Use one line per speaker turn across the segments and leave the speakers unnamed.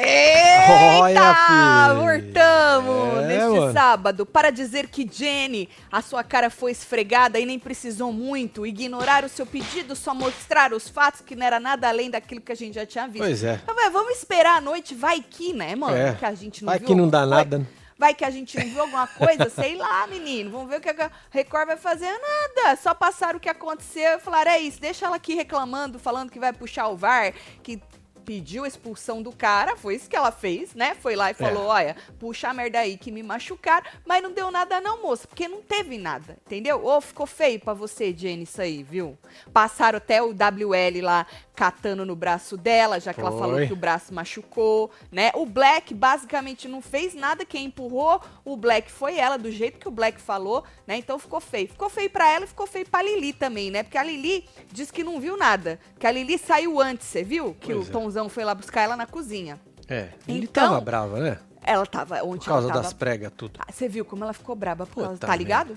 Olha,
Eita!
filho.
Voltamos
É,
neste
mano.
sábado para dizer que Jenny, a sua cara foi esfregada e nem precisou muito. Ignorar o seu pedido, só mostrar os fatos que não era nada além daquilo que a gente já tinha visto.
Pois é.
Mas, vai, vamos esperar a noite, vai que, né, mano?
É.
Que a gente não
Vai
viu
que não
alguma
dá
coisa.
nada. né?
Vai que a gente não viu alguma coisa, sei lá, menino. Vamos ver o que a Record vai fazer. Nada, só passar o que aconteceu e falaram, é isso, deixa ela aqui reclamando, falando que vai puxar o VAR, que pediu a expulsão do cara, foi isso que ela fez, né? Foi lá e falou, olha, puxa a merda aí que me machucaram, mas não deu nada não, moça, porque não teve nada, entendeu? Ou ficou feio pra você, Jenny, isso aí, viu? Passaram até o WL lá catando no braço dela, já que ela falou
Foi.
que o braço machucou, né? O Black basicamente não fez nada, quem empurrou o Black foi ela, do jeito que o Black falou, né? Então ficou feio. Ficou feio pra ela e ficou feio pra Lili também, né? Porque a Lili disse que não viu nada, que a Lili saiu antes, você viu? Que
Pois
o
é.
Tonzão foi lá buscar ela na cozinha.
É. Ele
Então-
tava brava, né?
Ela tava ontem
Por causa
ela tava...
das pregas, tudo.
Ah, Você viu como ela ficou braba por
Puta
causa... Tá ligado?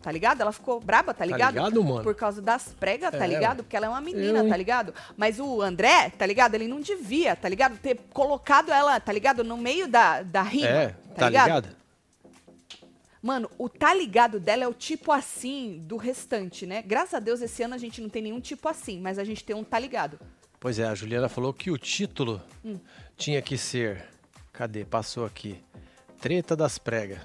Tá ligado? Ela ficou braba, tá ligado?
ligado, mano?
Por causa das pregas, tá
É,
ligado?
ué.
Porque ela é uma menina,
Eu, hein?
tá ligado? Mas o André, tá ligado? Ele não devia, tá ligado? Ter colocado ela, tá ligado? No meio da, da rima,
É,
tá,
tá
ligado?
ligado?
Mano, o tá ligado dela é o tipo assim do restante, né? Graças a Deus, esse ano a gente não tem nenhum tipo assim, mas a gente tem um tá ligado.
Pois é, a Juliana falou que o título
Hum.
tinha que ser. Cadê? Passou aqui. Treta das pregas.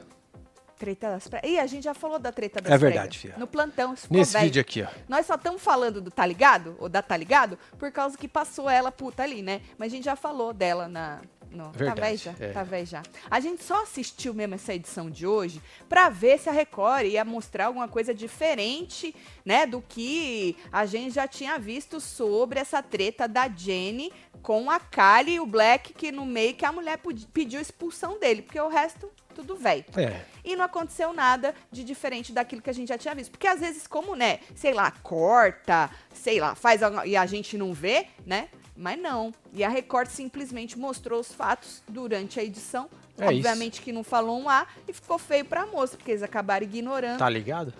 Treta das pregas. Ih, a gente já falou da treta das
É
pregas.
verdade, fia.
No plantão, isso ficou
Nesse
velho.
vídeo aqui, ó.
Nós só estamos falando do tá ligado, ou da tá ligado, por causa que passou ela puta ali, né? Mas a gente já falou dela na. No, tá
Verdade,
velho já,
é.
tá velho já. A gente só assistiu mesmo essa edição de hoje pra ver se a Record ia mostrar alguma coisa diferente, né, do que a gente já tinha visto sobre essa treta da Jenny com a Kylie e o Black, que no meio que a mulher pedi- pediu expulsão dele, porque o resto, tudo velho
É.
e não aconteceu nada de diferente daquilo que a gente já tinha visto. Porque às vezes, como, né, sei lá, corta, sei lá, faz alguma- e a gente não vê, né? Mas não. E a Record simplesmente mostrou os fatos durante a edição.
É
Obviamente que não falou um A e ficou feio pra moça, porque eles acabaram ignorando
Tá ligado?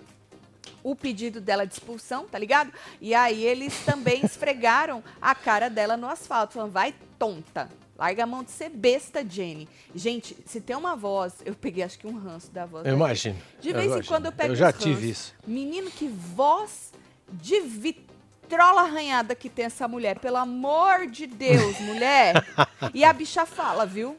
o pedido dela de expulsão, tá ligado? E aí eles também esfregaram a cara dela no asfalto, falando, vai tonta. Larga a mão de ser besta, Jenny. Gente, se tem uma voz, eu peguei acho que um ranço da voz.
Eu
da
imagino.
de vez em
imagino.
quando eu pego
Eu já
uns ranços.
tive isso.
Menino, que voz de vitrola arranhada que tem essa mulher. Pelo amor de Deus, mulher. e a bicha fala, viu?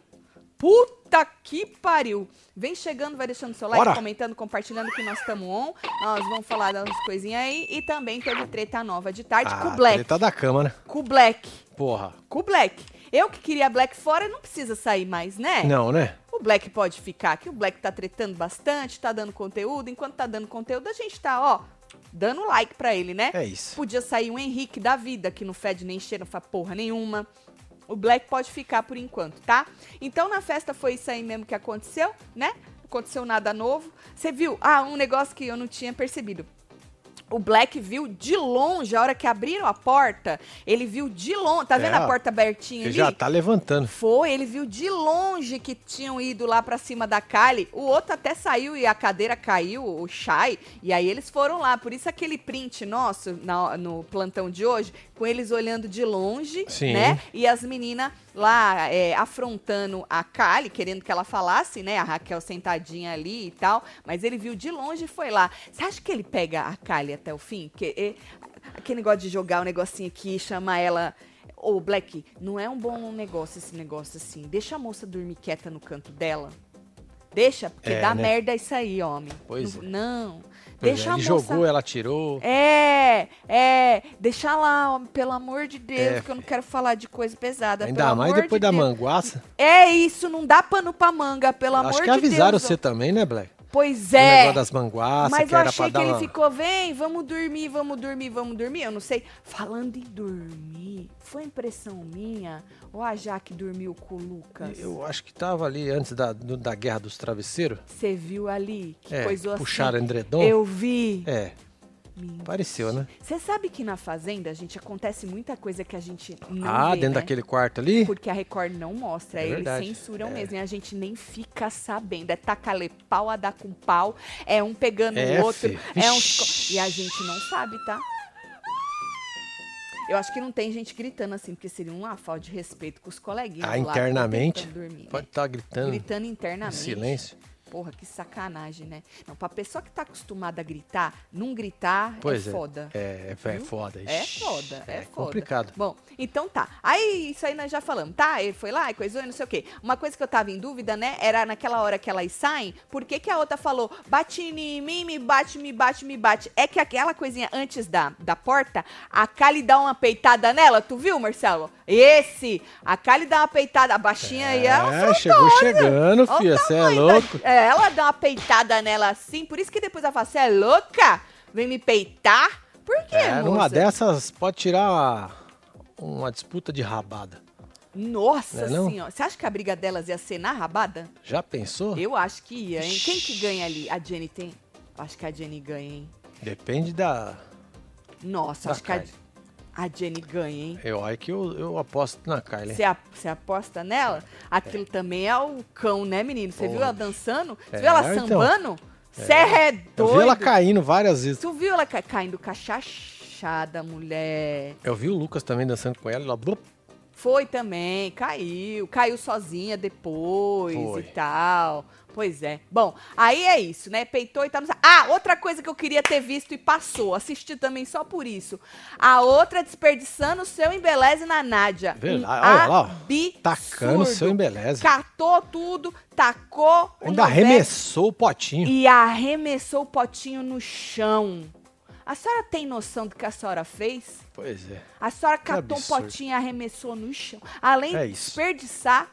Puta que pariu. Vem chegando, vai deixando seu like,
Bora.
comentando, compartilhando que nós estamos on. Nós vamos falar das coisinhas aí. E também teve treta nova de tarde com o É tipo Black.
Ah, treta da cama, né?
Com o Black.
Porra.
Com o Black. Eu que queria Black fora, não precisa sair mais, né?
Não, né?
O Black pode ficar aqui, o Black tá tretando bastante, tá dando conteúdo. Enquanto tá dando conteúdo, a gente tá, ó, dando like pra ele, né?
É isso.
Podia sair um Henrique da vida, que não fede nem cheira, não faz porra nenhuma. O Black pode ficar por enquanto, tá? Então na festa foi isso aí mesmo que aconteceu, né? Não aconteceu nada novo. Você viu? Ah, um negócio que eu não tinha percebido. O Black viu de longe, a hora que abriram a porta, ele viu de longe. Tá
É,
vendo a
ó.
porta abertinha
Ele
ali?
já tá levantando.
Foi, ele viu de longe que tinham ido lá pra cima da Kylie. O outro até saiu e a cadeira caiu, o Shai. E aí eles foram lá. Por isso aquele print nosso na- no plantão de hoje, com eles olhando de longe,
Sim.
né? E as meninas lá é, afrontando a Kylie, querendo que ela falasse, né? A Raquel sentadinha ali e tal. Mas ele viu de longe e foi lá. Você acha que ele pega a Kylie até o fim? Que, é, aquele negócio de jogar o negocinho aqui, chamar ela. Ô, Black, não é um bom negócio esse negócio assim. Deixa a moça dormir quieta no canto dela. Deixa, porque
É,
dá
né?
merda isso aí, homem.
Pois
não,
é.
não.
Pois
Deixa
é,
a
ele
moça.
jogou, ela tirou.
É, é, deixa lá, homem, pelo amor de Deus,
É,
que eu não quero falar de coisa pesada.
Ainda
pelo
mais
amor
depois
de
da
Deus.
manguaça.
É isso, não dá pano pra manga, pelo amor
Acho que
de
avisaram
Deus.
você também, né, Black?
Pois
O
é.
negócio das manguaças,
Mas
que
eu
era
achei
pra
que
dar
ele
uma...
ficou, vem, vamos dormir, vamos dormir, vamos dormir. Eu não sei. Falando em dormir, foi impressão minha ou a Jaque dormiu com o Lucas?
Eu acho que tava ali antes da, do- da Guerra dos Travesseiros.
Você viu ali que
É,
coisou assim?
puxaram o endredom.
Eu vi.
É,
Menino.
pareceu, né?
Você sabe que na Fazenda, gente, acontece muita coisa que a gente não
ah,
vê,
dentro
né?
daquele quarto ali?
Porque a Record não mostra,
É
eles
verdade,
censuram
é.
mesmo. E a gente nem fica sabendo. É tacalê pau a dar com pau, é um pegando
É,
o outro,
fi.
é um.
Vixe.
E a gente não sabe, tá? Eu acho que não tem gente gritando assim, porque seria uma falta de respeito com os coleguinhas.
Ah,
lá que tão
internamente?
tentando dormir,
Pode
né?
estar gritando,
Gritando
em
internamente.
silêncio.
Porra, que sacanagem, né? Não, pra pessoa que tá acostumada a gritar, não gritar
Pois
é
é.
foda.
É, é, é
Viu?
foda.
É
Ixi,
foda, é, foda.
complicado.
Bom, então tá. Aí isso aí nós já falamos, tá? Ele foi lá e coisou e não sei o quê. Uma coisa que eu tava em dúvida, né? Era naquela hora que elas saem, por que, que a outra falou bate em mim, me bate, me bate, me bate? É que aquela coisinha antes da, da porta, a Kali dá uma peitada nela, tu viu, Marcelo? Esse! A Kali dá uma peitada, a baixinha aí, ela
é, chegou chegando,
Olha o
filha. Você é
tamanho
louco.
da- então, é, ela dá uma peitada nela assim, por isso que depois ela fala, você é louca? Vem me peitar? Por quê,
É,
moça?
numa dessas pode tirar uma, uma disputa de rabada.
Nossa
Não é não?
senhora, você acha que a briga delas ia ser na rabada?
Já pensou?
Eu acho que ia, hein? Quem que
Ixi.
ganha ali? A Jenny tem? Acho que a Jenny ganha, hein?
Depende da.
Nossa,
Da
acho que a,
Kylie.
a Jenny ganha, hein?
Eu acho que eu, eu aposto na Kylie.
Você a- você aposta nela? Aquilo também é o cão, né, menino? Você viu ela
Poxa.
dançando? Você
É,
viu ela
então.
sambando? Você é,
Eu
doido.
vi ela caindo várias vezes.
Tu viu ela ca- caindo cachachada, mulher?
Eu vi o Lucas também dançando com ela. Ela blup,
Foi também, caiu, caiu sozinha depois
Foi.
e tal. Pois é. Bom, aí é isso, né? Peitou e tal. não sei- Ah, outra coisa que eu queria ter visto e passou. Assisti também só por isso. A outra desperdiçando o seu embeleze na Nádia.
Verdade,
Um
olha lá, ó.
absurdo.
tacando o seu embeleze.
Catou tudo, tacou. o novete
Ainda arremessou o potinho.
E arremessou o potinho no chão. A senhora tem noção do que a senhora fez?
Pois é.
A senhora catou um
absurdo.
potinho e arremessou no chão. Além
É
de
isso.
desperdiçar,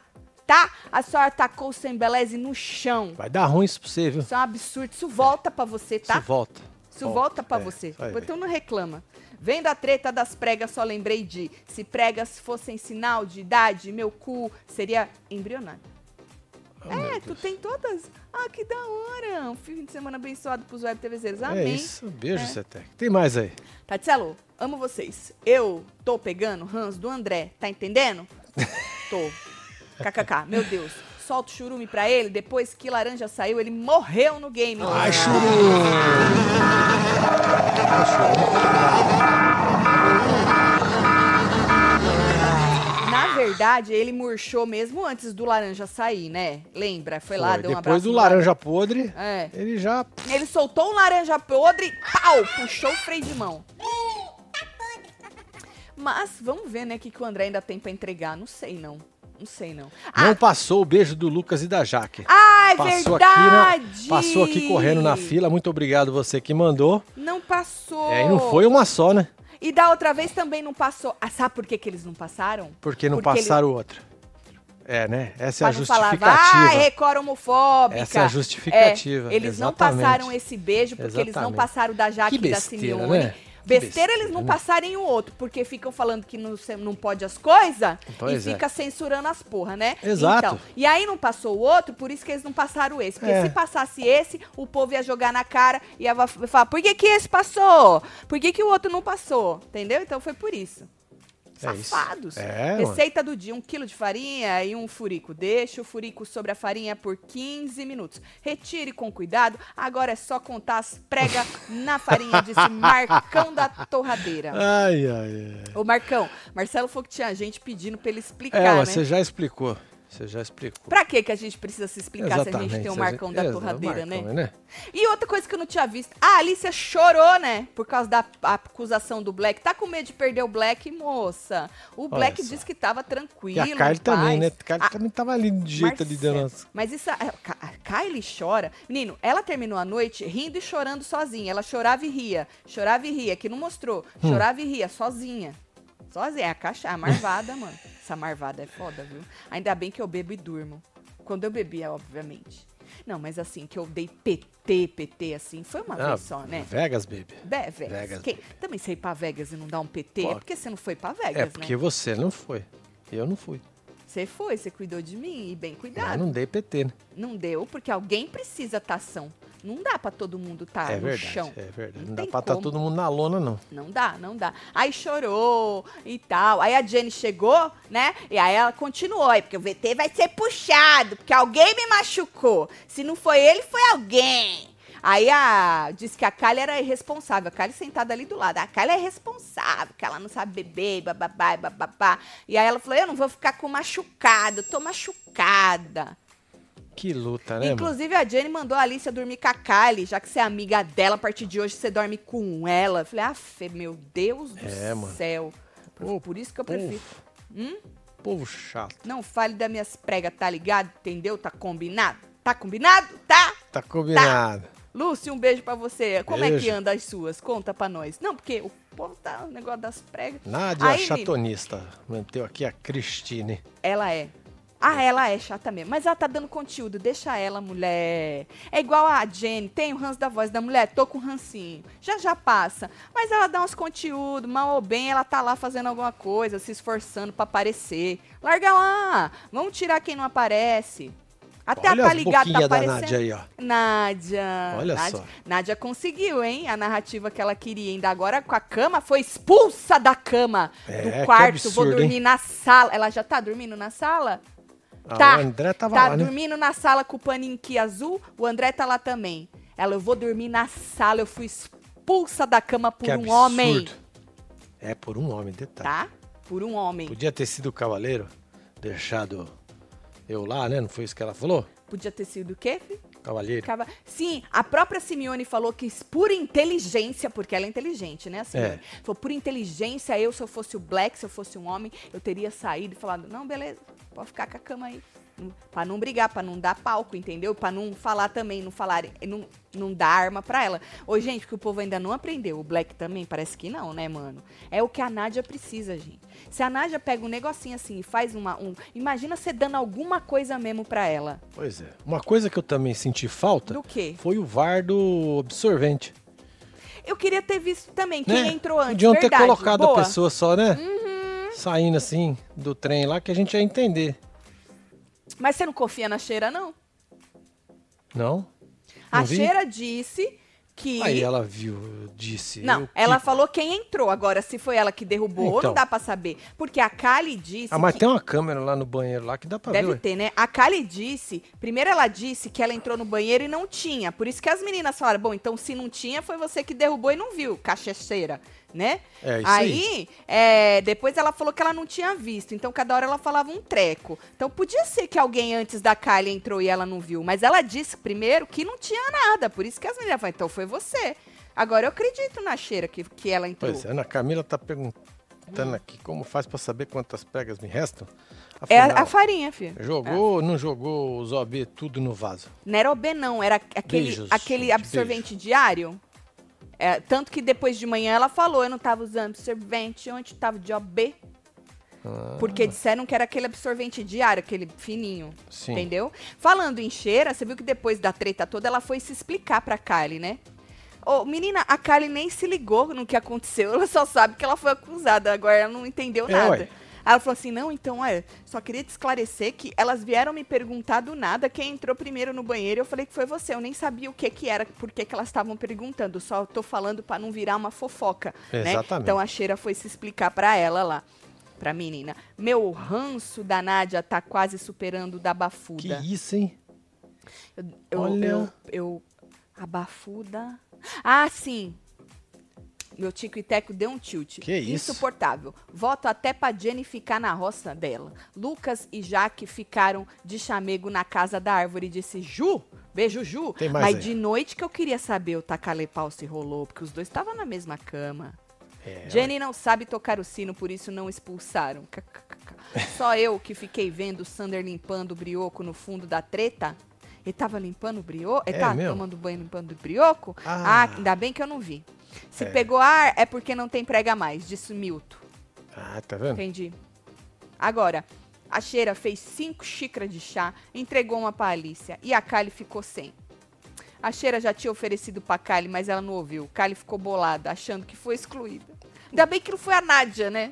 tá? A senhora tacou o sem beleze no chão.
Vai dar ruim isso pra você, viu?
Isso é um absurdo. Isso volta pra você, tá?
Isso volta.
Isso volta pra
É,
você.
vai ver.
Então não reclama. Vendo a treta das pregas, só lembrei de se pregas fossem sinal de idade, meu cu seria embrionário.
Oh, meu
é, tu
Deus.
tem todas? Ah, que da hora. Um fim de semana abençoado pros web TVzeiros.
É
Amém.
isso. Um Beijo, Cetec. Tem mais aí.
Tatielo, amo vocês. Eu tô pegando Hans do André, tá entendendo? Tô. KKK, meu Deus. Solta o churume pra ele, depois que laranja saiu, ele morreu no game.
Ai, churu!
Na verdade, ele murchou mesmo antes do laranja sair, né? Lembra? Foi, lá,
Foi.
deu um
Depois
abraço.
do
no
laranja podre,
É.
ele já.
Ele soltou um laranja podre e pau! Puxou o freio de mão. Mas vamos ver, né, o que, que o André ainda tem pra entregar. Não sei, não. Não sei, não.
Não passou o beijo do Lucas e da Jaque.
Ah, é
passou
verdade!
Aqui na- passou aqui correndo na fila. Muito obrigado você que mandou.
Não passou.
É, e não foi uma só, né?
E da outra vez também não passou. Ah, sabe por que, que eles não passaram?
Porque não
Porque
passaram outra. É, né? Essa é a
Pra não falar,
justificativa.
vai, Record homofóbica.
Essa é a justificativa,
É, eles
exatamente.
não passaram esse beijo porque eles não
Exatamente.
passaram da Jaque
Que
e da
besteira,
Simeone.
né? Que
Besteira,
besteira,
eles não
né?
passarem o outro, porque ficam falando que não, se- não pode as coisas e
Pois é.
fica censurando as porra, né?
Exato.
Então, e aí não passou o outro, por isso que eles não passaram esse. Porque
É.
se passasse esse, o povo ia jogar na cara e ia va- falar, por que que esse passou? Por que que o outro não passou? Entendeu? Então foi por isso.
É isso.
Safados.
É, mano.
Receita do dia: um quilo de farinha e um furico. Deixe o furico sobre a farinha por 15 minutos. Retire com cuidado. Agora é só contar as pregas na farinha, disse Marcão da Torradeira.
Ai, ai, é. ai.
Ô, Marcão, Marcelo falou que tinha gente pedindo pra ele explicar,
É,
né?
mas você já explicou. Você já explicou.
Pra que que a gente precisa se explicar se a
Exatamente,
gente tem o
se
Marcão da
é, o
Torradeira, né?
Marcão,
E outra coisa que eu não tinha visto. A Alicia chorou, né? Por causa da acusação do Black. Tá com medo de perder o Black, moça. O Black
só.
disse que tava tranquilo.
E a Kylie
em paz.
também, né? A Kylie
A-
também tava ali de jeito ali dando.
Marcelo.
as-
Mas isso, a, a- a Kylie chora. Menino, ela terminou a noite rindo e chorando sozinha. Ela chorava e ria. Chorava e ria, que não mostrou.
Hum.
Chorava e ria, sozinha. Sozinha. É a caixa, a marvada, mano. Essa marvada é foda, viu? Ainda bem que eu bebo e durmo. Quando eu bebia, obviamente. Não, mas assim, que eu dei PT, PT, assim, foi uma
Ah,
vez só, né?
Vegas, baby.
Be Vegas.
Vegas,
Quem- Também você ir pra Vegas e não dar um PT?
Pô,
é porque você não foi pra Vegas,
É porque
né?
você não foi. Eu não fui.
Você foi, você cuidou de mim e bem cuidado.
Eu não dei PT, né?
Não deu, porque alguém precisa estar ação. Não dá pra todo mundo estar tá
é
no
verdade.
chão.
É verdade.
Não
Não, dá
tem
pra estar
como.
todo mundo na lona, não.
Não dá, não dá. Aí chorou e tal. Aí a Jenny chegou, né? E aí ela continuou. É porque o VT vai ser puxado, porque alguém me machucou. Se não foi ele, foi alguém. Aí a, disse que a Kali era irresponsável. A Kali sentada ali do lado. A Kali é responsável, que ela não sabe beber, bababá, e bababá. E aí ela falou: eu não vou ficar com machucado, tô machucada.
Que luta, né? mano?
Inclusive, a Jenny mandou a Alicia dormir com a Kylie, já que você é amiga dela, a partir de hoje você dorme com ela. Eu falei, ah, Fê, meu Deus do
É, mano.
céu. Por,
Pô,
por isso que eu prefiro. Hum?
Povo, povo chato.
Não fale das minhas pregas, tá ligado? Entendeu? Tá combinado? Tá combinado? Tá?
Tá combinado.
Lúcio, um beijo pra você. Como é que
Beijo.
anda as suas? Conta pra nós. Não, porque o povo tá. O negócio das pregas.
Nádia
Aí,
chatonista. Manteu aqui a Cristine.
Ela é. Ah, ela é chata mesmo. Mas ela tá dando conteúdo. Deixa ela, mulher. É igual a Jenny. Tem o ranço da voz da mulher? Tô com rancinho. Já já passa. Mas ela dá uns conteúdos. Mal ou bem, ela tá lá fazendo alguma coisa, se esforçando pra aparecer. Larga lá. Vamos tirar quem não aparece. Até
Olha
a tá
as
ligada tá
boquinhas da
aparecendo.
Nádia aí, ó.
Nádia.
Olha
Nádia,
só.
Nádia conseguiu, hein? A narrativa que ela queria. Ainda agora com a cama, foi expulsa da cama,
É,
do
que
quarto. Vou
absurdo, hein?
dormir na sala. Ela já tá dormindo na sala?
Ah,
Tá.
O André tava
tá
lá, né?
dormindo na sala com o paninque azul. O André tá lá também. Ela, eu vou dormir na sala. Eu fui expulsa da cama por
Que
um
absurdo.
homem.
É, por um homem, detalhe.
Tá? Por um homem. Podia,
Podia ter sido o cavaleiro, deixado eu lá, né? Não foi isso que ela falou?
ter sido o quê, Fih?
Cavaleiro.
Ficava- Sim, a própria Simeone falou que por inteligência, porque ela é inteligente, né, a Simeone?
É.
Falou, por inteligência, eu, se eu fosse o Black, se eu fosse um homem, eu teria saído e falado, não, beleza, pode ficar com a cama aí. Hum, Pra não brigar, pra não dar palco, entendeu? Pra não falar também, não falar, não, não dar arma pra ela. Ô, gente, que o povo ainda não aprendeu. O Black também parece que não, né, mano? É o que a Nádia precisa, gente. Se a Nádia pega um negocinho assim e faz uma. Um, imagina você dando alguma coisa mesmo pra ela.
Pois é. Uma coisa que eu também senti falta
Do quê?
foi o VAR do absorvente.
Eu queria ter visto também quem
né?
entrou antes.
Podiam
verdade.
ter colocado
Boa. Uhum.
a pessoa só, né? Saindo assim do trem lá que a gente ia entender.
Mas você não confia na Cheira, não?
Não?
a
Não vi?
Cheira disse que.
Aí ela viu, disse.
Não,
eu
ela
que-
falou quem entrou. Agora, se foi ela que derrubou, não
Então.
dá pra saber. Porque a Kali disse.
Ah, mas
que-
tem uma câmera lá no banheiro lá que dá pra ver.
Deve
ué.
ter, né? A Kali disse. Primeiro ela disse que ela entrou no banheiro e não tinha. Por isso que as meninas falaram: bom, então se não tinha, foi você que derrubou e não viu, cachecheira, né?
É isso aí.
aí, é, depois ela falou que ela não tinha visto. Então, cada hora ela falava um treco. Então, podia ser que alguém antes da Kylie entrou e ela não viu. Mas ela disse primeiro que não tinha nada. Por isso que as meninas falaram, então foi você. Agora eu acredito na cheira que, que ela entrou.
Pois é, Ana Camila tá perguntando aqui como faz pra saber quantas pregas me restam.
É,
Afinal,
a, a farinha, filha.
jogou
É.
ou não jogou os OB tudo no vaso?
Não era OB, não. Era aquele,
Beijos,
aquele
gente,
absorvente diário. É, tanto que depois de manhã ela falou, eu não tava usando absorvente, onde tava de OB. Porque disseram que era aquele absorvente diário, aquele fininho.
Sim.
Entendeu? Falando em cheira, você viu que depois da treta toda ela foi se explicar pra Kylie, né? Ô, menina, a Kylie nem se ligou no que aconteceu, ela só sabe que ela foi acusada, agora ela não entendeu
É,
nada.
ué.
Aí ela falou assim: não, então, olha, só queria te esclarecer que elas vieram me perguntar do nada quem entrou primeiro no banheiro. Eu falei que foi você, eu nem sabia o que que era, por que que elas estavam perguntando, só tô falando pra não virar uma fofoca. né?
Exatamente.
Então a Cheira foi se explicar pra ela lá, pra menina. Meu ranço da Nádia tá quase superando o da Bafuda.
Que isso, hein?
Eu, eu,
Olha.
eu, eu- A bafuda. Ah, sim! Meu tico e teco deu um tilt.
Que isso?
Insuportável. Voto até pra Jenny ficar na roça dela. Lucas e Jaque ficaram de chamego na casa da árvore e disse: Ju! Beijo, Ju!
Tem mais
Mas
aí.
de noite que eu queria saber o Tacalepau se rolou, porque os dois estavam na mesma cama.
É,
Jenny não sabe tocar o sino, por isso não expulsaram. KKKK. Só eu que fiquei vendo o Sander limpando o brioco no fundo da treta. Ele tava limpando o brioco? Ele
É
tava
mesmo?
tomando banho limpando o brioco? Ah.
Ah.
ainda bem que eu não vi. Se
É.
pegou ar, é porque não tem prega mais, disse o Milton.
Ah, tá vendo?
Entendi. Agora, a Cheira fez cinco xícaras de chá, entregou uma pra Alicia e a Kali ficou sem. A Cheira já tinha oferecido pra Kali, mas ela não ouviu. Kali ficou bolada, achando que foi excluída. Ainda bem que não foi a Nádia, né?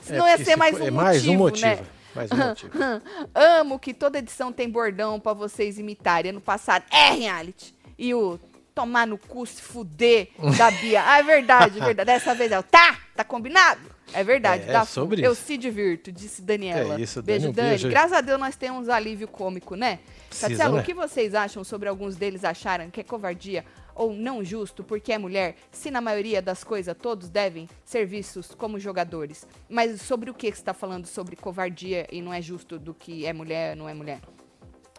Senão
É,
ia
porque
ser
se
mais
for-
um
é
motivo,
mais um motivo.
né?
Mais um motivo.
Amo que toda edição tem bordão pra vocês imitarem. Ano passado, é reality. E o tomar no cu, se fuder da Bia. Ah, é verdade, é verdade. Dessa vez é o tá, tá combinado? É verdade.
É, é
dá
sobre
Eu
isso.
se divirto, disse Daniela.
É isso, Dani,
beijo,
um
Dani.
beijo.
Graças a Deus nós temos alívio cômico, né?
Precisa,
Marcelo,
né?
o que vocês acham sobre alguns deles acharam que é covardia ou não justo porque é mulher, se na maioria das coisas todos devem ser vistos como jogadores. Mas sobre o que que você está falando sobre covardia e não é justo do que é mulher, não é mulher?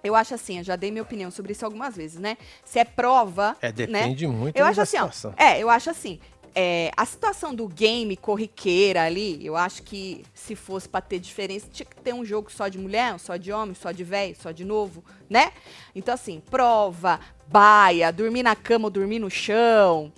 Eu acho assim, eu já dei minha opinião sobre isso algumas vezes, né? Se é prova.
É,
né?
depende muito
Eu
da
acho assim, ó,
situação.
é, eu acho assim. é, a situação do game corriqueira ali, eu acho que se fosse pra ter diferença, tinha que ter um jogo só de mulher, só de homem, só de velho, só de novo, né? Então, assim, prova, baia, dormir na cama ou dormir no chão.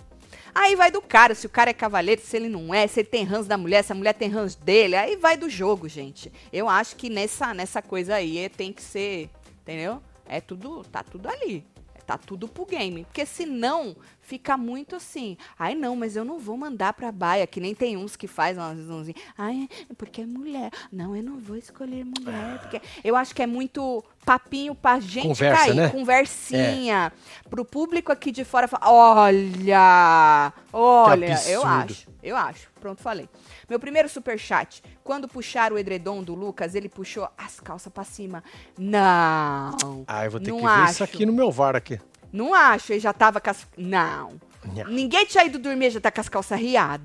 Aí vai do cara, se o cara é cavaleiro, se ele não é, se ele tem ranço da mulher, se a mulher tem ranço dele, aí vai do jogo, gente. Eu acho que nessa, nessa coisa aí é- tem que ser, entendeu? É tudo, tá tudo ali. Tá tudo pro game. Porque senão fica muito assim. Ai, não, mas eu não vou mandar pra baia, que nem tem uns que faz umas, uns, ai, porque é mulher. Não, eu não vou escolher mulher.
Ah.
Porque... Eu acho que é muito papinho pra gente
Conversa,
cair.
né? É.
Conversinha. Pro público aqui de fora falar, olha, olha, eu
absurdo.
acho, eu acho. Pronto, falei. Meu primeiro superchat. Quando puxaram o edredom do Lucas, ele puxou as calças pra cima. Não.
Ah, eu vou ter
Não
que ver
acho.
isso aqui no meu VAR aqui.
Não acho, ele já tava com as... Não.
Nha,
Ninguém tinha ido dormir, já tá com as calças riadas?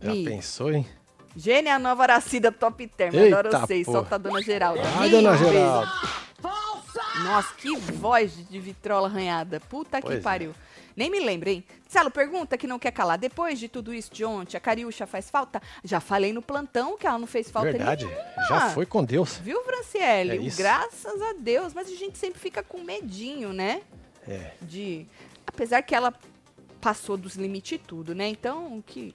Já pensou, hein?
Gênia Nova Aracida Top Term,
Eita
adoro vocês,
porra.
solta a Dona Geralda.
Ai,
Ih,
dona
um beijo.
Geraldo.
Nossa, que voz de vitrola arranhada, puta
Pois
que
é.
pariu. Nem me lembro, hein? Celo, pergunta que não quer calar. Depois de tudo isso de ontem, a Cariúcha faz falta? Já falei no plantão que ela não fez falta
Verdade.
nenhuma.
Já foi com Deus.
Viu,
É
Franciele?
isso.
Graças a Deus. Mas a gente sempre fica com medinho, né?
É.
De. Apesar que ela passou dos limites e tudo, né? Então, o que.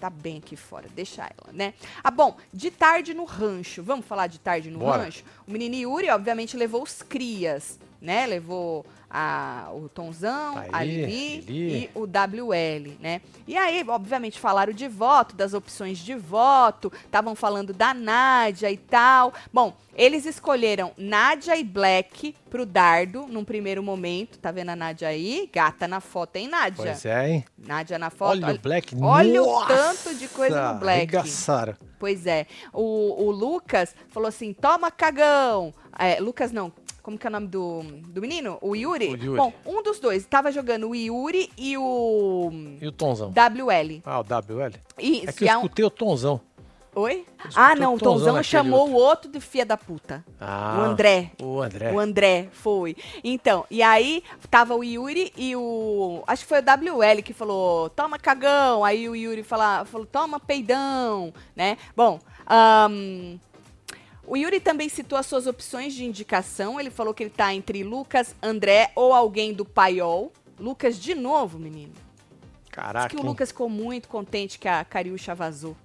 Tá bem aqui fora, deixa ela, né? Ah, bom, de tarde no rancho. Vamos falar de tarde no
Bora.
rancho? O menino Yuri, obviamente, levou os crias, né? Levou a, o Tonzão,
Tá Aí,
a Lili
Lili.
e o WL, né? E aí, obviamente, falaram de voto, das opções de voto, estavam falando da Nádia e tal. Bom, eles escolheram Nádia e Black pro dardo num primeiro momento. Tá vendo a Nádia aí? Gata na foto, hein, Nádia?
Pois é, hein?
Nádia na foto.
Olha o Black.
olha o
Nossa!
tanto de coisa no Black.
Arregaçaram.
Pois é. O, o Lucas falou assim: toma cagão. É, Lucas não. Como que é o nome do, do menino? O Yuri?
O Yuri.
Bom, um dos dois. Tava jogando o Yuri e o
E o Tonzão?
WL.
Ah, o WL?
E
É que
se
eu
há um-
escutei o Tonzão.
Oi?
escutei
Ah,
o
não. O
um Tonzão
Tonzão
naquele
chamou o outro de filha da puta.
Ah, É.
O André.
O André.
O André, foi. Então, e aí tava o Yuri e o. Acho que foi o WL que falou: toma cagão. Aí o Yuri fala, falou: toma peidão, né? Bom. ahn, o Yuri também citou as suas opções de indicação. Ele falou que ele tá entre Lucas, André ou alguém do paiol. Lucas de novo, menino. Diz
Caraca.
que o
hein?
Lucas ficou muito contente que a Cariúcha vazou.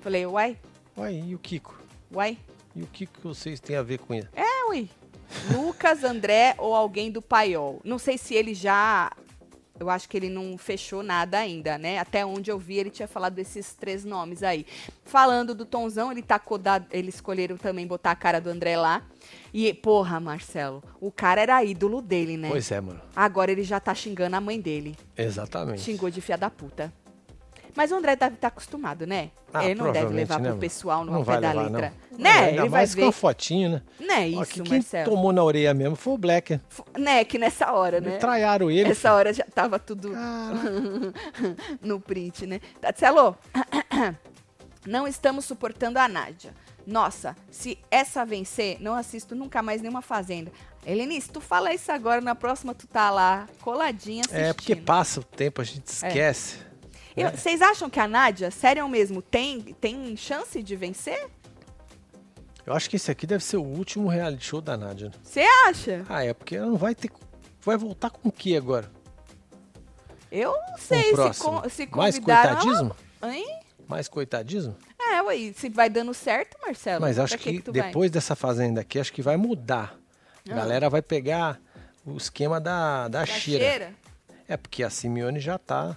Falei, uai,
Ué, e o Kiko?
uai.
E o que que vocês têm a ver com isso?
É, ui. Lucas, André ou alguém do Paiol. Não sei se ele já. Eu acho que ele não fechou nada ainda, né? Até onde eu vi, ele tinha falado desses três nomes aí. Falando do Tonzão, ele tá codado. Eles escolheram também botar a cara do André lá. E, porra, Marcelo, o cara era ídolo dele, né?
Pois é, mano.
Agora ele já tá xingando a mãe dele.
Exatamente.
Xingou de fia da puta. Mas o André deve estar acostumado, né?
Ah,
ele não deve
provavelmente,
levar
né,
pro
mano?
pessoal no
Não
pé
vai
da
levar,
letra.
não.
Né?
Ainda
ele vai
mais com
ver.
a fotinho, né?
Não é
Ó,
isso,
que quem
Marcelo.
tomou na orelha mesmo foi o Black.
Né, que nessa hora, né?
Traiaram ele. É,
Essa hora já tava tudo
Cara,
no print, né? Tatselo, não estamos suportando a Nádia. Nossa, se essa vencer, não assisto nunca mais nenhuma Fazenda. Helenice, tu fala isso agora, na próxima tu tá lá coladinha assistindo. É.
é porque passa o tempo, a gente esquece.
Eu- Vocês acham que a Nádia, sério mesmo, tem, tem chance de vencer?
Eu acho que esse aqui deve ser o último reality show da Nádia. né?
Você acha?
Ah, é porque ela não vai ter. Vai voltar com o que agora?
Eu não
Com
sei
o
se,
próximo?
con- se
Mais
convidaram. ah.
coitadismo?
ela- Hein?
Mais coitadismo?
É, ué, se vai dando certo, Marcelo.
Mas acho
Tá então pra que,
que,
que tu vai?
depois dessa fazenda aqui, acho que vai mudar. A
Ah.
galera vai pegar o esquema da, da,
Da
Shira.
cheira?
É porque a Simeone já tá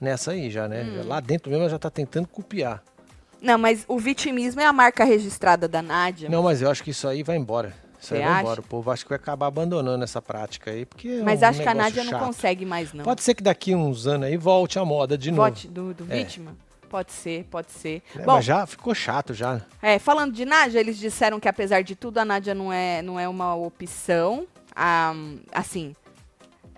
nessa aí, já, né?
Hum.
Lá dentro mesmo ela já tá tentando copiar.
Não, mas o vitimismo é a marca registrada da Nádia.
Não, mas eu acho que isso aí vai embora. Isso aí
Você
vai
acha?
embora. O povo acho que vai acabar abandonando essa prática aí, porque. é
mas
um
acho que a
negócio
Nádia não
chato.
consegue mais, não.
Pode ser que daqui uns anos aí volte a moda de novo.
Vote do, do
É.
vítima? Pode ser, pode ser.
né?
Bom,
Mas já ficou chato já.
é, falando de Nádia, eles disseram que apesar de tudo, a Nádia não é, não é uma opção. Ah, assim,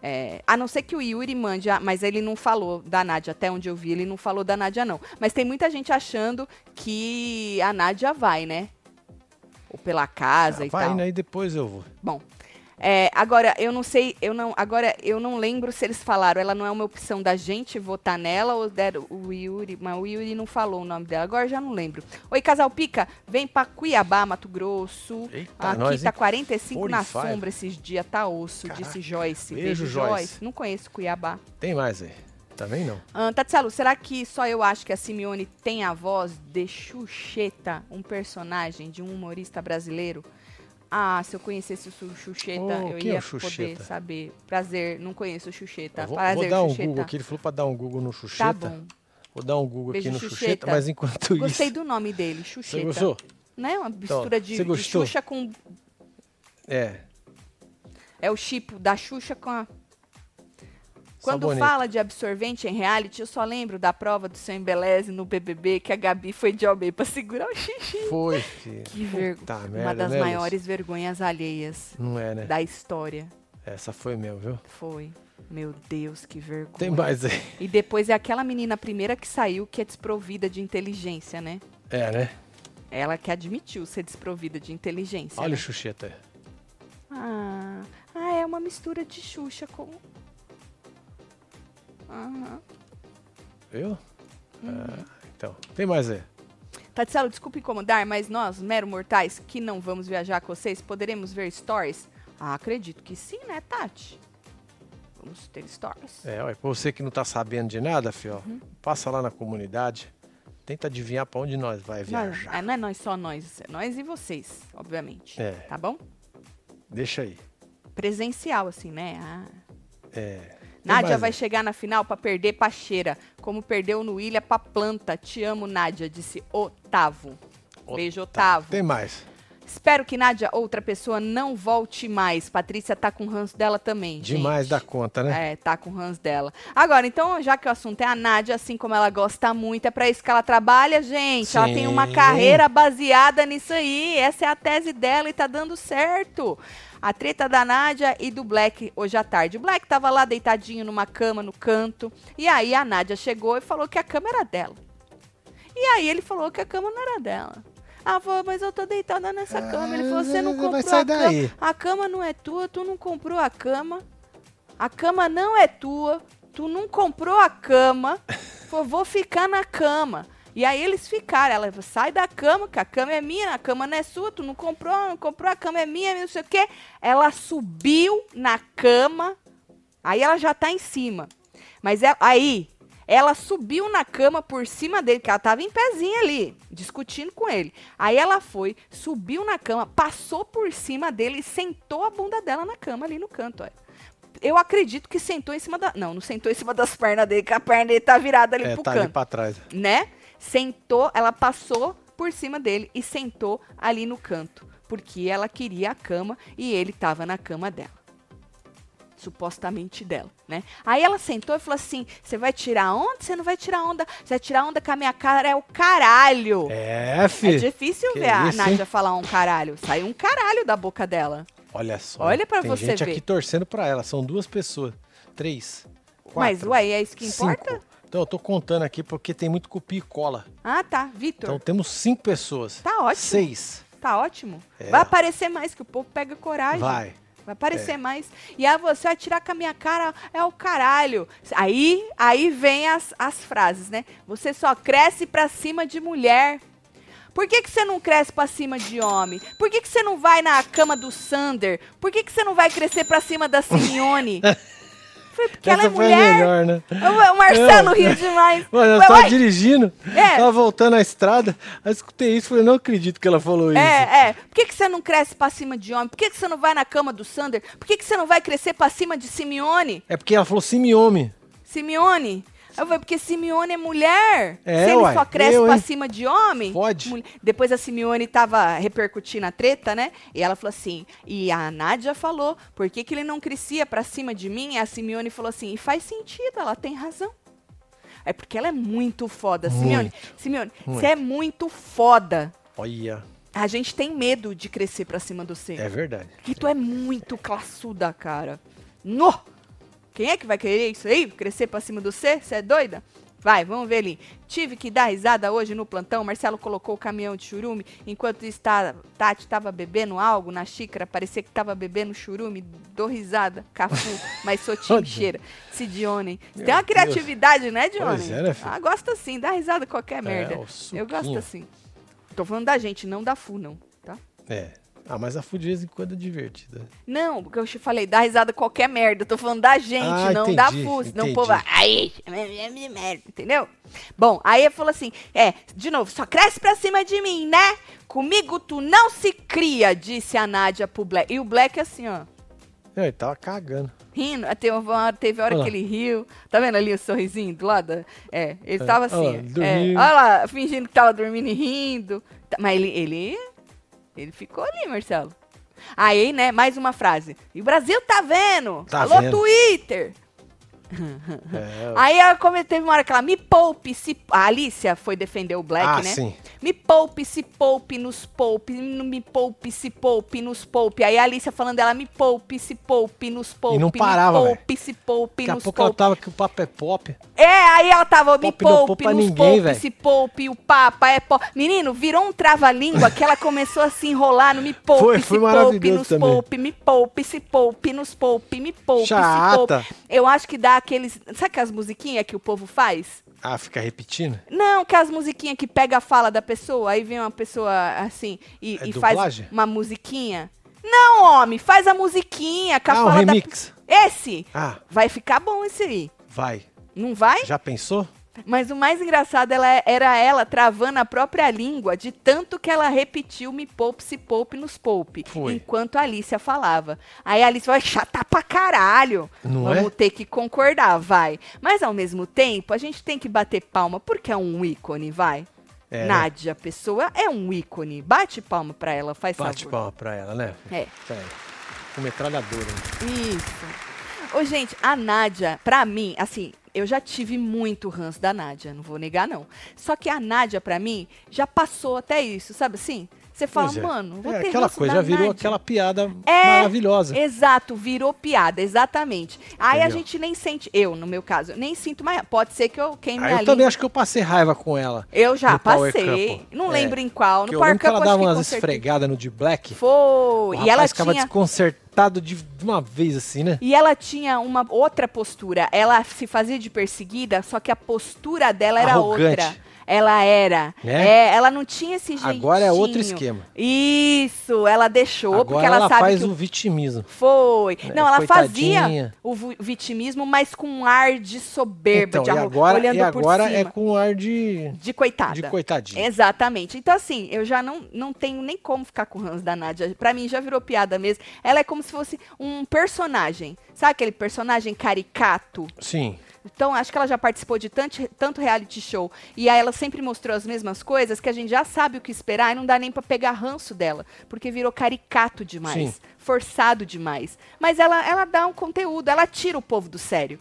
É, a não ser que o Yuri mande, a- mas ele não falou da Nádia, até onde eu vi, ele não falou da Nádia, não. Mas tem muita gente achando que a Nádia vai, né? Ou pela casa
Ah,
e
vai,
tal.
né? E depois eu vou.
Bom. é, agora, eu não sei, eu não. Agora, eu não lembro se eles falaram, ela não é uma opção da gente votar nela ou deram o Yuri, mas o Yuri não falou o nome dela. Agora já não lembro. Oi, Casal Pica, vem pra Cuiabá, Mato Grosso.
Eita,
Aqui
nós,
tá
hein?
45 na
45.
sombra esses dias, tá osso,
Caraca.
disse Joyce.
Beijo, Joyce.
Não conheço Cuiabá.
Tem mais aí. Também não.
Ah, Tatselo, será que só eu acho que a Simeone tem a voz de Xuxeta, um personagem de um humorista brasileiro? Ah, se eu conhecesse o Su- Xuxeta,
Oh,
eu
quem é
ia
o Xuxeta?
poder saber. Prazer, não conheço o Xuxeta.
Eu vou,
Prazer,
vou dar um
Xuxeta.
Google aqui. Ele falou pra dar um Google no Xuxeta.
Tá bom.
Vou dar um Google
Beijo,
aqui no
Xuxeta.
Xuxeta, mas enquanto
Gostei
isso.
do nome dele,
Você
Xuxeta.
gostou? Então,
Né? Uma mistura de,
você
de
gostou?
Xuxa com...
É.
É o chipo da Xuxa com a... Quando
sabonete.
fala de absorvente em reality, eu só lembro da prova do seu embeleze no BBB, que a Gabi foi de almeida pra segurar o xixi.
Foi, filho.
Que vergonha.
Tá,
Uma das maiores vergonhas alheias
Não é, né?
da história.
Essa foi mesmo, viu?
Foi. Meu Deus, que vergonha.
Tem mais aí.
E depois é aquela menina primeira que saiu que é desprovida de inteligência, né?
É, né?
Ela que admitiu ser desprovida de inteligência.
Olha o
né?
Xuxeta.
ah, ah, é uma mistura de Xuxa com. Aham.
Viu?
Hum.
Ah, então. Tem mais aí.
Tatselo, desculpa incomodar, mas nós, mero mortais, que não vamos viajar com vocês, poderemos ver stories? Ah, acredito que sim, né, Tati? Vamos ter stories.
É, olha, pra você que não tá sabendo de nada, fio, ó,
Uhum.
passa lá na comunidade, tenta adivinhar pra onde nós vai
Nós,
viajar.
é, não é nós só nós, é nós e vocês, obviamente.
É.
Tá bom?
Deixa aí.
Presencial, assim, né? Ah.
É.
Nádia
mais,
vai
né?
chegar na final pra perder pra cheira, como perdeu no Ilha pra planta. Te amo, Nádia, disse Otávio. Beijo, Otávio.
Tem mais.
Espero que Nádia, outra pessoa, não volte mais. Patrícia tá com o ranço dela também.
Demais
gente.
da conta, né?
É, tá com o ranço dela. Agora, então, já que o assunto é a Nádia, assim como ela gosta muito, é pra isso que ela trabalha, gente. Ela tem uma
Sim.
carreira baseada nisso aí. Essa é a tese dela e tá dando certo. A treta da Nádia e do Black hoje à tarde. O Black tava lá deitadinho numa cama, no canto. E aí a Nádia chegou e falou que a cama era dela. E aí ele falou que a cama não era dela. Ah, vó, mas eu tô deitada nessa cama. Ele falou, você não
Ah,
comprou
mas sai
a cama.
daí.
A cama não é tua, tu não comprou a cama. A cama não é tua, tu não comprou a cama. Falou, vou ficar na cama. E aí eles ficaram. Ela falou, sai da cama, que a cama é minha, a cama não é sua, tu não comprou, não comprou, a cama é minha, não sei o quê. Ela subiu na cama, aí ela já tá em cima. Mas é- aí ela subiu na cama por cima dele, que ela tava em pezinha ali, discutindo com ele. Aí ela foi, subiu na cama, passou por cima dele e sentou a bunda dela na cama ali no canto, olha. Eu acredito que sentou em cima da. Não, não sentou em cima das pernas dele, que a perna dele tá virada ali
É,
pro
tá ali
canto
pra trás.
né? Sentou, ela passou por cima dele e sentou ali no canto, porque ela queria a cama e ele tava na cama dela. Supostamente dela, né? Aí ela sentou e falou assim: Você vai tirar onda? Você não vai tirar onda. Você vai tirar onda com a minha cara, é o caralho.
É,
É
filho.
difícil
que
ver a
isso,
Nádia
hein?
falar um caralho. Saiu um caralho da boca dela.
Olha só.
Olha pra
Tem
você
gente
ver.
aqui torcendo pra ela. São duas pessoas. Três. Quatro,
Mas, ué, é isso que
cinco.
importa?
Então eu tô contando aqui porque tem muito copia e cola.
Ah, tá.
Então
Vitor,
temos cinco pessoas.
Tá ótimo.
Seis.
tá ótimo.
É.
Vai aparecer mais, que o povo pega coragem.
Vai. É.
Vai aparecer mais. E aí você vai tirar com a minha cara, é o caralho. Aí, aí vem as, as frases, né? Você só cresce pra cima de mulher. Por que, que você não cresce pra cima de homem? Por que, que você não vai na cama do Sander? Por que, que você não vai crescer pra cima da Simeone? Foi porque ela é
Essa foi
mulher.
melhor, né?
O, o Marcelo riu demais.
Mano, eu
Ué,
tava
ué,
dirigindo,
É.
tava voltando a estrada, aí escutei isso e falei, não acredito que ela falou isso.
É, é. Por que, que você não cresce pra cima de homem? Por que, que você não vai na cama do Sander? Por que, que você não vai crescer pra cima de Simeone?
É porque ela falou simiome.
Simeone? Eu falei, porque Simeone é mulher.
É,
Se ele
uai,
só cresce
eu,
pra
hein?
cima de homem.
Fode.
mulher- Depois a Simeone tava repercutindo a treta, né? E ela falou assim. E a Nádia falou: por que, que ele não crescia pra cima de mim? E a Simeone falou assim: e faz sentido, ela tem razão. É porque ela é muito foda, Simeone. Simeone,
muito.
você é muito foda.
Olha,
A gente tem medo de crescer pra cima do você.
é verdade.
Que tu é muito classuda, cara. No! Quem é que vai querer isso aí? Crescer pra cima do C? Você é doida? Vai, vamos ver ali. Tive que dar risada hoje no plantão. Marcelo colocou o caminhão de churume. Enquanto está, Tati estava bebendo algo na xícara. Parecia que estava bebendo churume. Dou risada. Cafu, mas sou tincheira. Sidionen. Você tem uma
Deus.
criatividade, né, Dionen?
Pois é, né, filho? É,
ah, gosta sim. Dá risada qualquer merda.
o
Eu
suquinho.
gosto assim. Tô falando da gente, não da Fu, não, tá?
É. Ah, mas a food de vez em quando é divertida.
Não, porque eu te falei, dá risada qualquer merda. Eu tô falando da gente,
Ah,
não da
entendi,
FUS. Não,
entendi.
povo, aí, merda, entendeu? Bom, aí ele falou assim: é, de novo, só cresce pra cima de mim, né? Comigo tu não se cria, disse a Nádia pro Black. E o Black assim, ó,
É, ele tava cagando.
rindo. Ah, Teve uma hora, teve hora
Olha lá.
que ele riu. Tá vendo ali o sorrisinho do lado? da- É, ele tava assim.
olha lá,
é,
dormindo.
olha lá, fingindo que tava dormindo e rindo. Tá, Mas ele, ele. Ele ficou ali, Marcelo. Aí, né, mais uma frase. E o Brasil tá vendo!
Tá
Alô,
vendo.
Twitter!
É,
Aí ela come- teve uma hora que ela me poupe, se. A Alicia foi defender o Black,
ah,
né?
sim.
Me poupe, se poupe, nos poupe, no- me poupe, se poupe, nos poupe. Aí a Alicia falando dela, me poupe, se poupe, nos poupe,
não
me
parava, velho.
poupe, se poupe,
Daqui a
nos
pouco ela
poupe.
tava com o papo é pop.
É, aí ela tava, me
Poupe não
poupe,
poupa
nos
ninguém,
poupe,
velho.
se poupe, o papa é pop. Menino, virou um trava-língua que ela começou a se enrolar no me poupe,
Foi,
se
foi
poupe,
maravilhoso
nos
também.
poupe, me poupe, se poupe, nos poupe, me poupe, se poupe.
Chata.
Eu acho que dá aqueles... Sabe aquelas musiquinhas que o povo faz?
Ah, fica repetindo?
Não, que as musiquinhas que pega a fala da pessoa, aí vem uma pessoa assim e,
É
e faz
dublagem?
uma musiquinha. Não, homem, faz a musiquinha com a
ah, um
fala
remix.
da. Esse!
Ah,
Vai ficar bom esse aí.
vai.
Não vai?
Já pensou?
Mas o mais engraçado ela é- era ela travando a própria língua de tanto que ela repetiu me poupe, se poupe, nos poupe.
Foi.
Enquanto a Alicia falava. Aí a Alicia vai chata pra caralho.
Não
Vamos
é?
ter que concordar, vai. Mas ao mesmo tempo, a gente tem que bater palma porque é um ícone, vai.
É, né?
Nádia, a pessoa é um ícone. Bate palma pra ela, faz
Bate
favor.
palma pra ela, né?
É.
Pera aí. Com metralhadora. né?
Isso. Ô, gente, a Nádia, pra mim, assim, eu já tive muito ranço da Nádia, não vou negar, não. Só que a Nádia, pra mim, já passou até isso, sabe assim? Você fala,
Pois é.
mano, vou
é,
ter
aquela
ranço
coisa
da
já virou
Nádia.
aquela piada
É,
maravilhosa. Ah,
Exato, virou piada, exatamente. Aí a
Entendeu?
gente nem sente, eu, no meu caso, nem sinto mais. Pode ser que eu queime
Aí
a
eu também acho que eu passei raiva com ela.
Eu já
no Power
passei.
Couple.
Não
É,
lembro em qual.
Porque
No
eu
Power
lembro que ela
Cup acho
dava
que com
umas
certeza.
esfregadas no de black.
Foi.
O
E ela
rapaz ficava
tinha.
desconcertado de, de uma vez, assim, né?
E ela tinha uma outra postura. Ela se fazia de perseguida, só que a postura dela era
Arrogante.
outra. Ela era.
Né?
É, ela não tinha esse jeitinho.
Agora é outro esquema.
Isso, ela deixou,
Agora
porque ela,
ela
sabe
faz
que
o vitimismo.
foi.
É,
não, ela fazia
coitadinha.
o vi- vitimismo, mas com um ar de soberba,
então,
de
e
arro-
agora,
olhando
e agora
por
é
cima.
com ar de,
De coitada.
de coitadinho.
Exatamente. Então, assim, eu já não, não tenho nem como ficar com o Hans da Nádia. Pra mim, já virou piada mesmo. Ela é como se fosse um personagem. Sabe aquele personagem caricato?
Sim.
Então, acho que ela já participou de tanto, tanto reality show. E aí ela sempre mostrou as mesmas coisas que a gente já sabe o que esperar e não dá nem pra pegar ranço dela. Porque virou caricato demais.
Sim.
Forçado demais. Mas ela, ela dá um conteúdo, ela tira o povo do sério.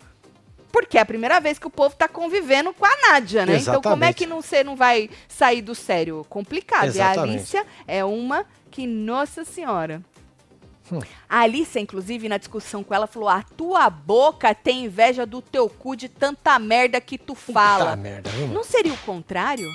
Porque é a primeira vez que o povo tá convivendo com a Nádia, né? Então, como é
Exatamente.
que não- você não vai sair do sério? Complicado. E a
Exatamente.
Alicia é uma que, nossa senhora.
Hum.
A Alicia, inclusive, na discussão com ela, falou: a tua boca tem inveja do teu cu de tanta merda que tu
Tá,
fala.
merda, viu, mano?
Não seria o contrário?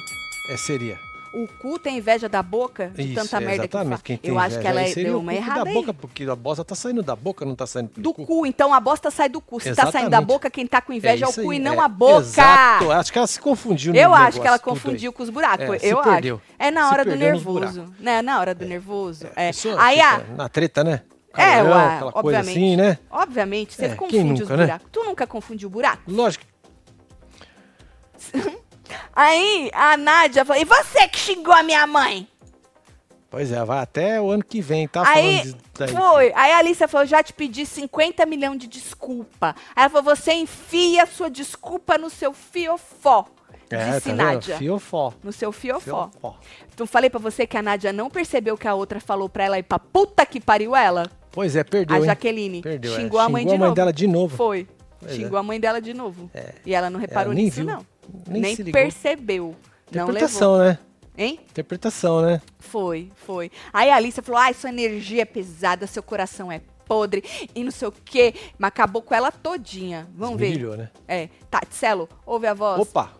É, seria.
O cu tem inveja da boca de
Isso,
tanta merda
exatamente.
que
Quem
tu
tem
fala. Eu acho
inveja
que ela
aí
é-
seria
deu
o
uma
cu
errada
da
aí.
boca, porque a bosta tá saindo da boca, não tá saindo pelo
Do cu, então a bosta sai do cu. Se tá saindo
Exatamente.
da boca, quem tá com inveja é,
isso
o cu
aí,
e não
é.
a boca.
Exato. Acho que ela se confundiu no
Eu acho que
negócio
ela
tudo aí.
confundiu com os buracos.
É, se
eu
perdeu.
acho. É na
Se
hora do
perdeu nos
nervoso. Né? Na hora do nervoso. É.
Isso
Aí
fica
a,
na treta, né?
É,
Calorão,
ué,
aquela coisa
obviamente.
assim, né?
Obviamente, você
É, quem
confunde os
nunca, né?
buracos. Tu nunca confundiu o buraco?
Lógico.
Aí a Nádia falou: e você que xingou a minha mãe?
Pois é, vai até o ano que vem, tá?
aí
falando disso daí.
foi. Aí a Alicia falou: já te pedi 50 milhões de desculpa. Aí ela falou: você enfia sua desculpa no seu fiofó.
É,
Disse
tá
Nádia.
vendo? Fiofó.
No seu fiofó.
Fiofó.
Então falei pra você que a Nádia não percebeu que a outra falou pra ela ir pra puta que pariu ela.
Pois é, perdeu,
a
hein?
Jaqueline.
Perdeu, é.
xingou a mãe de novo.
dela de novo.
Foi.
Pois é.
xingou a mãe dela de novo. E ela não reparou
nem
nisso,
viu,
não.
nem
Nem,
se ligou.
percebeu. Não levou.
Interpretação, né?
Hein?
Interpretação, né?
Foi, foi. Aí a Alicia falou: ai, sua energia é pesada, seu coração é podre e não sei o quê. Mas acabou com ela todinha. Vamos ver.
Humilhou, né?
É. Tatselo, ouve a voz.
Opa!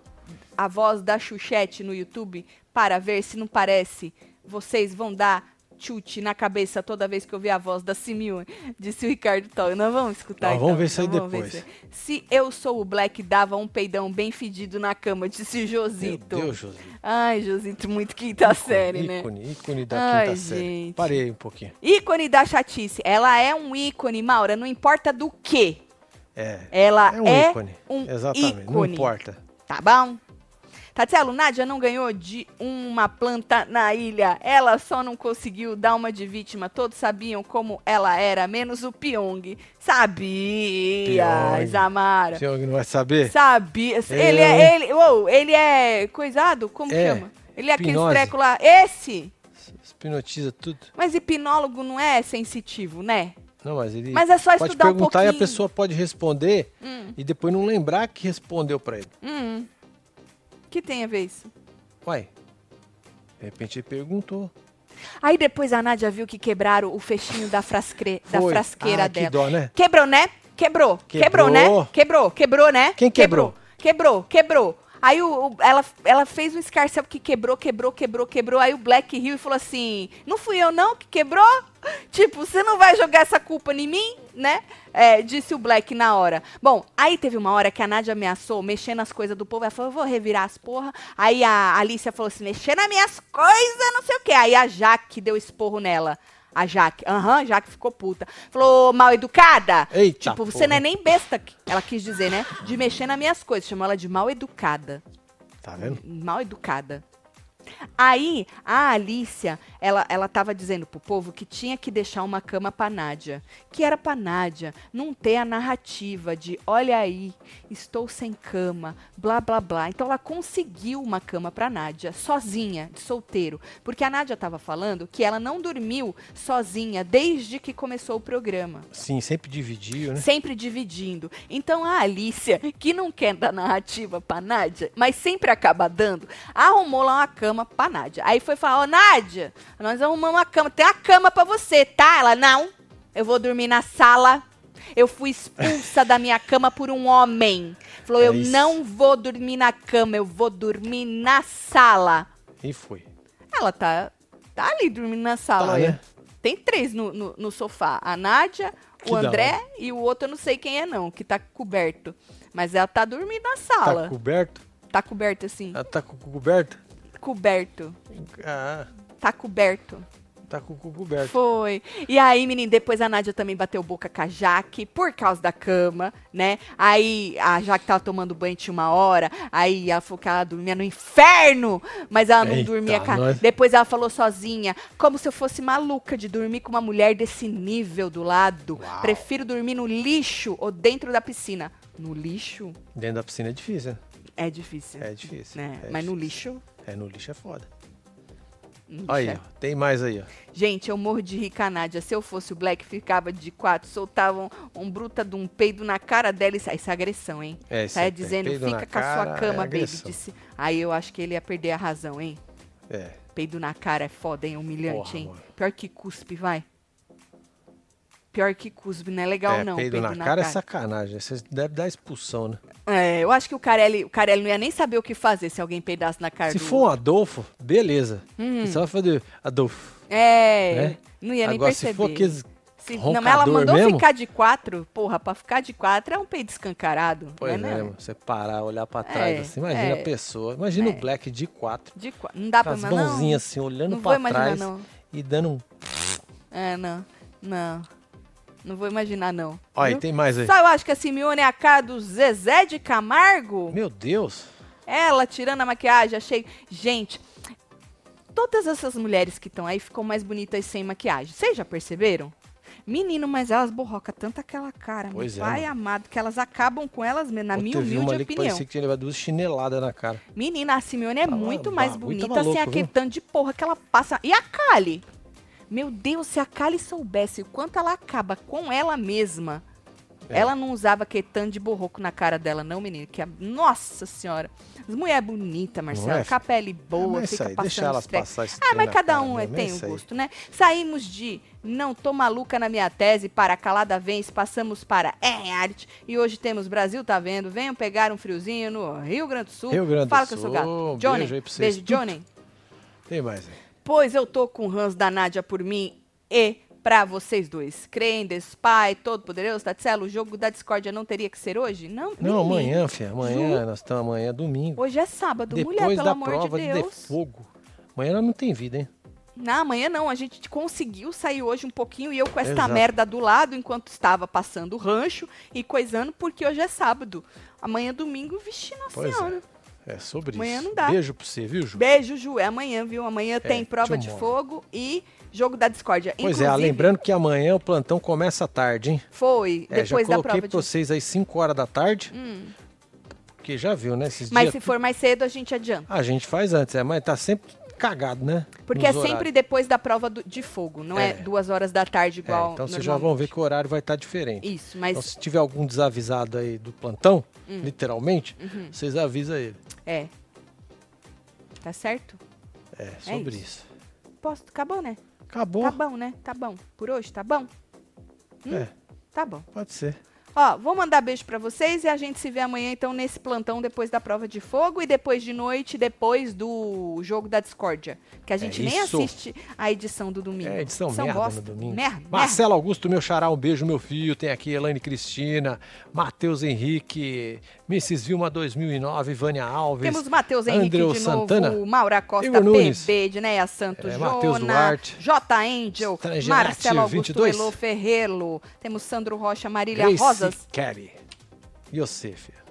A voz da Xuxete no YouTube para ver se não parece. Vocês vão dar chute na cabeça toda vez que eu ouvir a voz da Simeone, disse o Ricardo Tal. Nós vamos escutar
Nós
então.
vamos ver isso aí
Nós vamos ver
depois.
isso aí. Se eu sou o Black, dava um peidão bem fedido na cama, disse
Meu
Josito.
Deus, Josito.
Ai, Josito, muito quinta série, né?
ícone, ícone da
Ai,
quinta série.
gente.
Parei um pouquinho.
Ícone da chatice. Ela é um ícone, Maura, não importa do que.
É.
Ela
é um ícone.
um
Exatamente. Não
ícone.
importa.
Tá bom? Tatielo, Nádia não ganhou de uma planta na ilha. Ela só não conseguiu dar uma de vítima. Todos sabiam como ela era, menos o Pyong. Sabia,
Pyong.
Isamara.
O senhor não vai saber?
Sabia.
É.
Ele é. Ele, uou, ele é coisado? Como
É.
chama? Ele é aquele
Hipnose.
treco lá. Esse?
Hipnotiza tudo.
Mas hipnólogo não é sensitivo, né?
Não, mas ele
Mas é só
pode
estudar um
perguntar e a
pouquinho.
pessoa pode responder e depois não lembrar que respondeu pra ele.
Hum. Que tem a ver isso?
Uai, de repente ele perguntou.
Aí depois a Nádia viu que quebraram o fechinho da, frascre, da
Foi.
frasqueira
Ah, que
dela.
dó, né?
Quebrou, né? Quebrou.
Quebrou.
Quebrou, né? Quebrou, quebrou, né?
Quem quebrou?
Quebrou, quebrou. Aí o, o- ela, ela fez um escarcel que quebrou, quebrou, quebrou, quebrou. Aí o Black riu e falou assim: Não fui eu não que quebrou? Tipo, você não vai jogar essa culpa em mim, né? É, disse o Black na hora. Bom, aí teve uma hora que a Nádia ameaçou mexer nas coisas do povo. Ela falou: Eu vou revirar as porra. Aí a Alicia falou assim: Mexer nas minhas coisas, não sei o quê. Aí a Jaque deu esporro nela. A Jaque. Aham, a Jaque ficou puta. Falou: Mal educada.
Eita
tipo,
porra.
você não é nem besta, que- ela quis dizer, né? De mexer nas minhas coisas. Chamou ela de mal educada.
Tá vendo?
Mal educada. Aí, a Alicia, ela, ela tava dizendo pro povo que tinha que deixar uma cama pra Nádia. Que era pra Nádia não ter a narrativa de, olha aí, estou sem cama, blá, blá, blá. Então, ela conseguiu uma cama pra Nádia, sozinha, de solteiro. Porque a Nádia tava falando que ela não dormiu sozinha desde que começou o programa.
Sim, sempre dividiu, né?
Sempre dividindo. Então a Alicia, que não quer dar narrativa pra Nádia, mas sempre acaba dando, arrumou lá uma cama pra Nádia. Aí foi falar, ô Nádia, nós arrumamos uma cama, tem uma cama pra você, tá? Ela, não, eu vou dormir na sala. Eu fui expulsa da minha cama por um homem. Falou,
É
eu
isso.
não vou dormir na cama, eu vou dormir na sala.
E foi.
Ela tá, tá ali dormindo na sala.
Tá,
olha.
né?
Tem três no, no, no sofá. A Nádia,
Que
o
da
André e o outro eu não sei quem é não, que tá coberto. Mas ela tá dormindo na
Tá
sala.
coberto?
Tá coberto assim.
Ah, tá com o cu coberto?
Coberto.
Ah,
Tá coberto.
tá com o cu coberto.
Foi. E aí, menino, depois a Nádia também bateu boca com a Jaque por causa da cama, né? Aí a Jaque tava tomando banho tinha uma hora, aí ela falou que ela dormia no inferno, mas ela não
Eita,
dormia com a...
nós.
Depois ela falou sozinha, como se eu fosse maluca de dormir com uma mulher desse nível do lado.
Uau.
Prefiro dormir no lixo ou dentro da piscina. No lixo
Dentro da piscina é difícil, né?
é difícil.
É difícil.
né?
é
mas
difícil.
no lixo.
É, no lixo é foda.
no lixo
Aí,
é
ó, tem mais aí, ó.
Gente, eu morro de rir com a Nádia. Se eu fosse o Black, ficava de quatro, soltavam um bruta de um peido na cara dela. Isso, isso é agressão, hein?
É, isso
Saia
aí, tem
dizendo,
peido na
fica com a
cara,
sua
é
cama, baby.
agressão.
Disse. Aí eu acho que ele ia perder a razão, hein?
É.
Peido na cara é foda, hein? Humilhante,
Porra,
hein?
mano.
Pior que cuspe, vai. Pior que cuspe, não é legal,
é,
não.
peido, na, cara, é sacanagem. Você deve dar expulsão, né?
É, eu acho que o Carelli, o Carelli não ia nem saber o que fazer se alguém peidasse na cara
Se
do...
for um Adolfo, beleza. Só vai fazer Adolfo.
É,
né?
não Hum. ia nem
Agora,
perceber.
se for aqueles
Se, não, é
roncador
mas ela mandou
mesmo,
ficar de quatro. Porra, pra ficar de quatro é um peito escancarado.
Pois é,
não é, não?
mano, você parar, olhar pra trás,
É,
assim, imagina
é.
a pessoa, imagina o Black de quatro,
De quatro. Não dá
com
pra
as
imaginar. não.
mãozinhas assim, olhando
Não vou
pra
imaginar,
trás
não.
e dando um...
É, não. Não. Não vou imaginar, não.
Olha,
Viu?
e tem mais aí.
Só eu acho que a Simeone é a cara do Zezé de Camargo.
Meu Deus,
Ela tirando a maquiagem, achei. Gente, todas essas mulheres que estão aí ficam mais bonitas sem maquiagem. Vocês já perceberam? Menino, mas elas borrocam tanto aquela cara,
Pois é,
meu pai
mano.
amado, que elas acabam com elas mesmo, na
Ontem
minha
eu vi uma
humilde
ali que
opinião.
parecia que tinha levado duas chineladas na cara.
Menina, a Simeone é
Tava
muito
ba-
mais
Tá muito
bonita
maluco,
sem aquele
viu?
tanto de porra que ela passa. E a Kali? Meu Deus, se a Kali soubesse o quanto ela acaba com ela mesma,
É.
Ela não usava quetã de borroco na cara dela, não, menino. Que a... Nossa senhora. As mulher bonita, Marcelo.
é?
Com a pele
Ah,
boa,
mas isso
fica
aí,
passando
deixa elas
spray.
passar esse
Ah,
trem
mas
na
cada
cara
um
mesmo, é
tem o
isso aí.
gosto, né? Saímos de Não Tô Maluca na Minha Tese para Calada Vence, passamos para É Reality e hoje temos Brasil Tá Vendo. Venham pegar um friozinho no Rio Grande do Sul.
Rio Grande do
Fala que eu
Sul,
sou gato.
um
Johnny,
beijo aí pra vocês.
Beijo, Johnny.
Tem mais aí.
Pois eu tô com o Hans da Nádia por mim e pra vocês dois. Creem, Despai, Todo-Poderoso, Tatselo, o jogo da discórdia não teria que ser hoje? Não, menino.
Não, amanhã, filha. Amanhã, nós estamos amanhã, é domingo.
Hoje é sábado,
Depois
mulher, pelo
da
amor
prova
de Deus.
fogo. Amanhã ela não tem vida, hein?
Não, amanhã não, a gente conseguiu sair hoje um pouquinho e eu com essa
Exato.
merda do lado enquanto estava passando o rancho e coisando, porque hoje é sábado. Amanhã é domingo, vixe, nossa
Pois é.
senhora.
É sobre
Amanhã
isso.
não dá.
Beijo pra você, viu, Ju?
Beijo, Ju, é amanhã, viu? Amanhã tem prova de
tomorrow.
fogo e jogo da discórdia.
Pois é, ah,
Inclusive,
lembrando que amanhã o plantão começa à tarde, hein?
Foi,
É, já
depois da
coloquei
prova
pra
de Hum.
vocês aí 5 horas da tarde. Porque já viu, né? Esses
Mas
dias
se for mais cedo, a gente adianta.
A gente faz antes, é, mas tá sempre cagado, né?
Porque
Nos
é sempre
horários.
depois da prova do- de fogo, não é.
É.
duas horas da tarde
É,
igual.
então vocês já vão ver que o horário vai estar diferente.
Isso, mas Hum.
Então, se tiver algum desavisado aí do plantão, literalmente,
Uhum.
vocês avisam ele.
é. Tá certo?
É, sobre isso.
Posso? Acabou, né?
Acabou.
Tá bom, né? Tá bom. Por hoje, tá bom?
É,
Tá bom.
pode ser.
Ó, vou mandar beijo pra vocês e a gente se vê amanhã, então, nesse plantão depois da prova de fogo e depois de noite, depois do jogo da discórdia. Que a gente nem
É isso.
assiste a edição do domingo.
É, edição
São
merda
bosta.
no domingo.
Merda, merda.
Marcelo Augusto, meu xará, um beijo, meu filho. Tem aqui Elaine Cristina, Matheus Henrique, Mrs. Vilma 2009, Vânia Alves.
Temos Matheus Henrique
Andreu
de
Santana.
novo, Maura Costa,
Igor Nunes.
PB, Dineia Santos,
É, Matheus
Jona,
Duarte.
J. Angel,
Estrangeirati,
Marcelo Augusto
22.
Melo Ferrelo, temos Sandro Rocha, Marília
Grace
Rosas,
Kelly. E você, filha?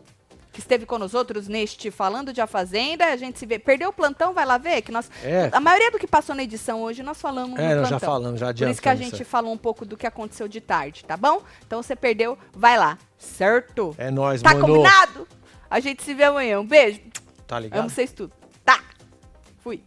que esteve com nós outros neste Falando de A Fazenda, a gente se vê. Perdeu o plantão, vai lá ver, que nós...
É.
A maioria do que passou na edição hoje, nós falamos
É,
no Tá plantão.
nós já falamos, né, já
Por
adiantamos.
isso que a
isso
gente
aí.
falou um pouco do que aconteceu de tarde, tá bom? Então você perdeu, vai lá, certo?
É nóis,
tá
mano.
combinado? A gente se vê amanhã, um beijo,
Tá
amo
ligado?
vocês tudo. Tá, fui.